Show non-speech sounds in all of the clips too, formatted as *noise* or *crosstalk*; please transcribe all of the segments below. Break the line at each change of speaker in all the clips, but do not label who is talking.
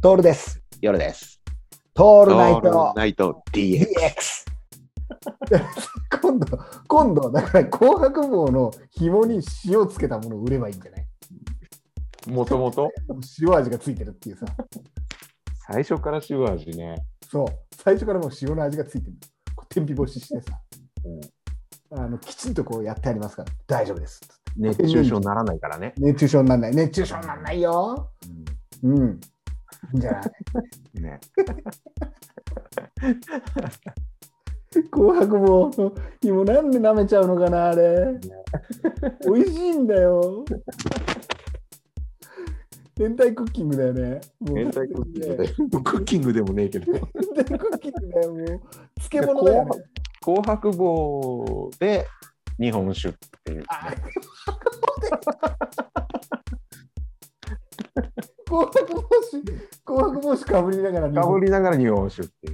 トールです。
夜です。
ト
オ
ールナイト
ナイト DX。
DX。今 *laughs* 度、今度、だから紅白棒の紐に塩つけたものを売ればいいんじゃない
もともと
塩味がついてるっていうさ。
最初から塩味ね。
そう。最初からもう塩の味がついてる。こう天日干ししてさ。あのきちんとこうやってありますから大丈夫です。
熱中症にならないからね。
熱中症にならない。熱中症にならないよ。うん。いいんじゃない
ね。
紅白棒の紐なんで舐めちゃうのかなあれ。美味しいんだよ。天体クッキングだよね。もう
明太クッキング
ね
で。クッキングでもねえ *laughs* けど。
天体クッキングだよ。もう漬物だよね。
紅白棒で日本酒っていう。
あ紅白帽子、紅白帽子かぶりながら日
かぶ
本
りながら日本酒って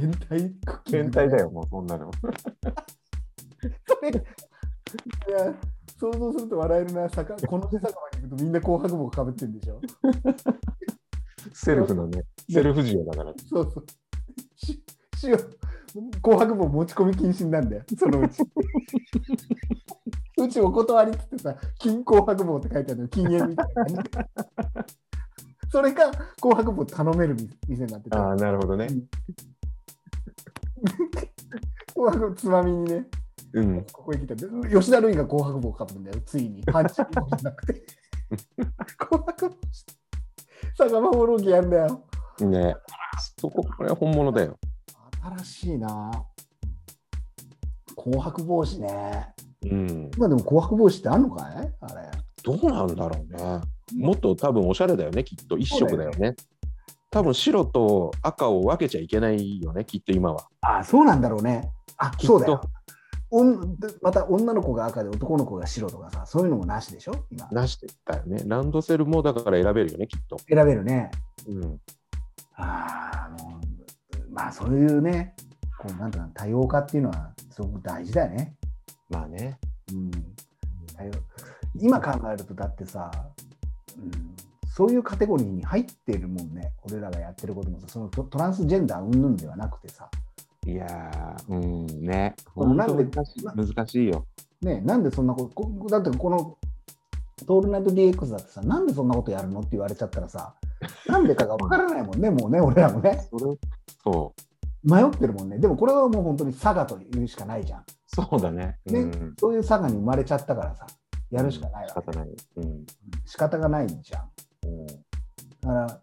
いう。
天体クッキング。
変態だよ、もうそんなの。
いや、想像すると笑えるな、坂この手酒場に行くとみんな紅白帽かぶってるんでしょ。
セルフのね、セルフ需要だから。
そうそう。し塩、紅白帽持ち込み禁止になんだよ、そのうち。 *laughs* うちお断りっつってさ、金紅白帽って書いてあるの、禁煙みたいな感じ。それか、紅白帽頼める店店になってて、
ああ、なるほどね。
紅白帽つまみにね、
うん。
ここへ来た。吉田類が紅白帽かぶるんだよ、ついに。パンチ帽じゃなくて。 *laughs* 紅白帽して。坂間ロギやんだよ。
ね。そこ、これは本物だよ。
新しいな。紅白帽子ね。
うん。
今でも紅白帽子ってあんのかいあれ。
どうなんだろうね。もっと多分おしゃれだよね、きっと。一色だよね。多分白と赤を分けちゃいけないよね、きっと今は。
あそうなんだろうね。あ、
きっ
そ
と
うだよ。おんでまた女の子が赤で男の子が白とかさ、そういうのもなしでしょ今。
なしてたよね。ランドセルもだから選べるよね、きっと。
選べるね。
うん。
ああ、もう、まあそういうね、こうなんとか多様化っていうのはすごく大事だよね。
まあね。
うん、多様今考えるとだってさ、うん、そういうカテゴリーに入ってるもんね俺らがやってることもさそのトトランスジェンダー云々ではなくてさ、
いやー、うんね。
これ
本
なん
当
で
難しい難しいよ。
ね、なんでそんなことこだってこの「トールナイト DX」だってさなんでそんなことやるのって言われちゃったらさなんでかがわからないもんねもうね俺らもね
それそう。
迷ってるもんねでもこれはもう本当に佐賀というしかないじゃん
そうだね。
ね
うん。
そういう佐賀に生まれちゃったからさやるしかない
仕
わけ
方ない。うん。
仕方がないじゃん
うん
だから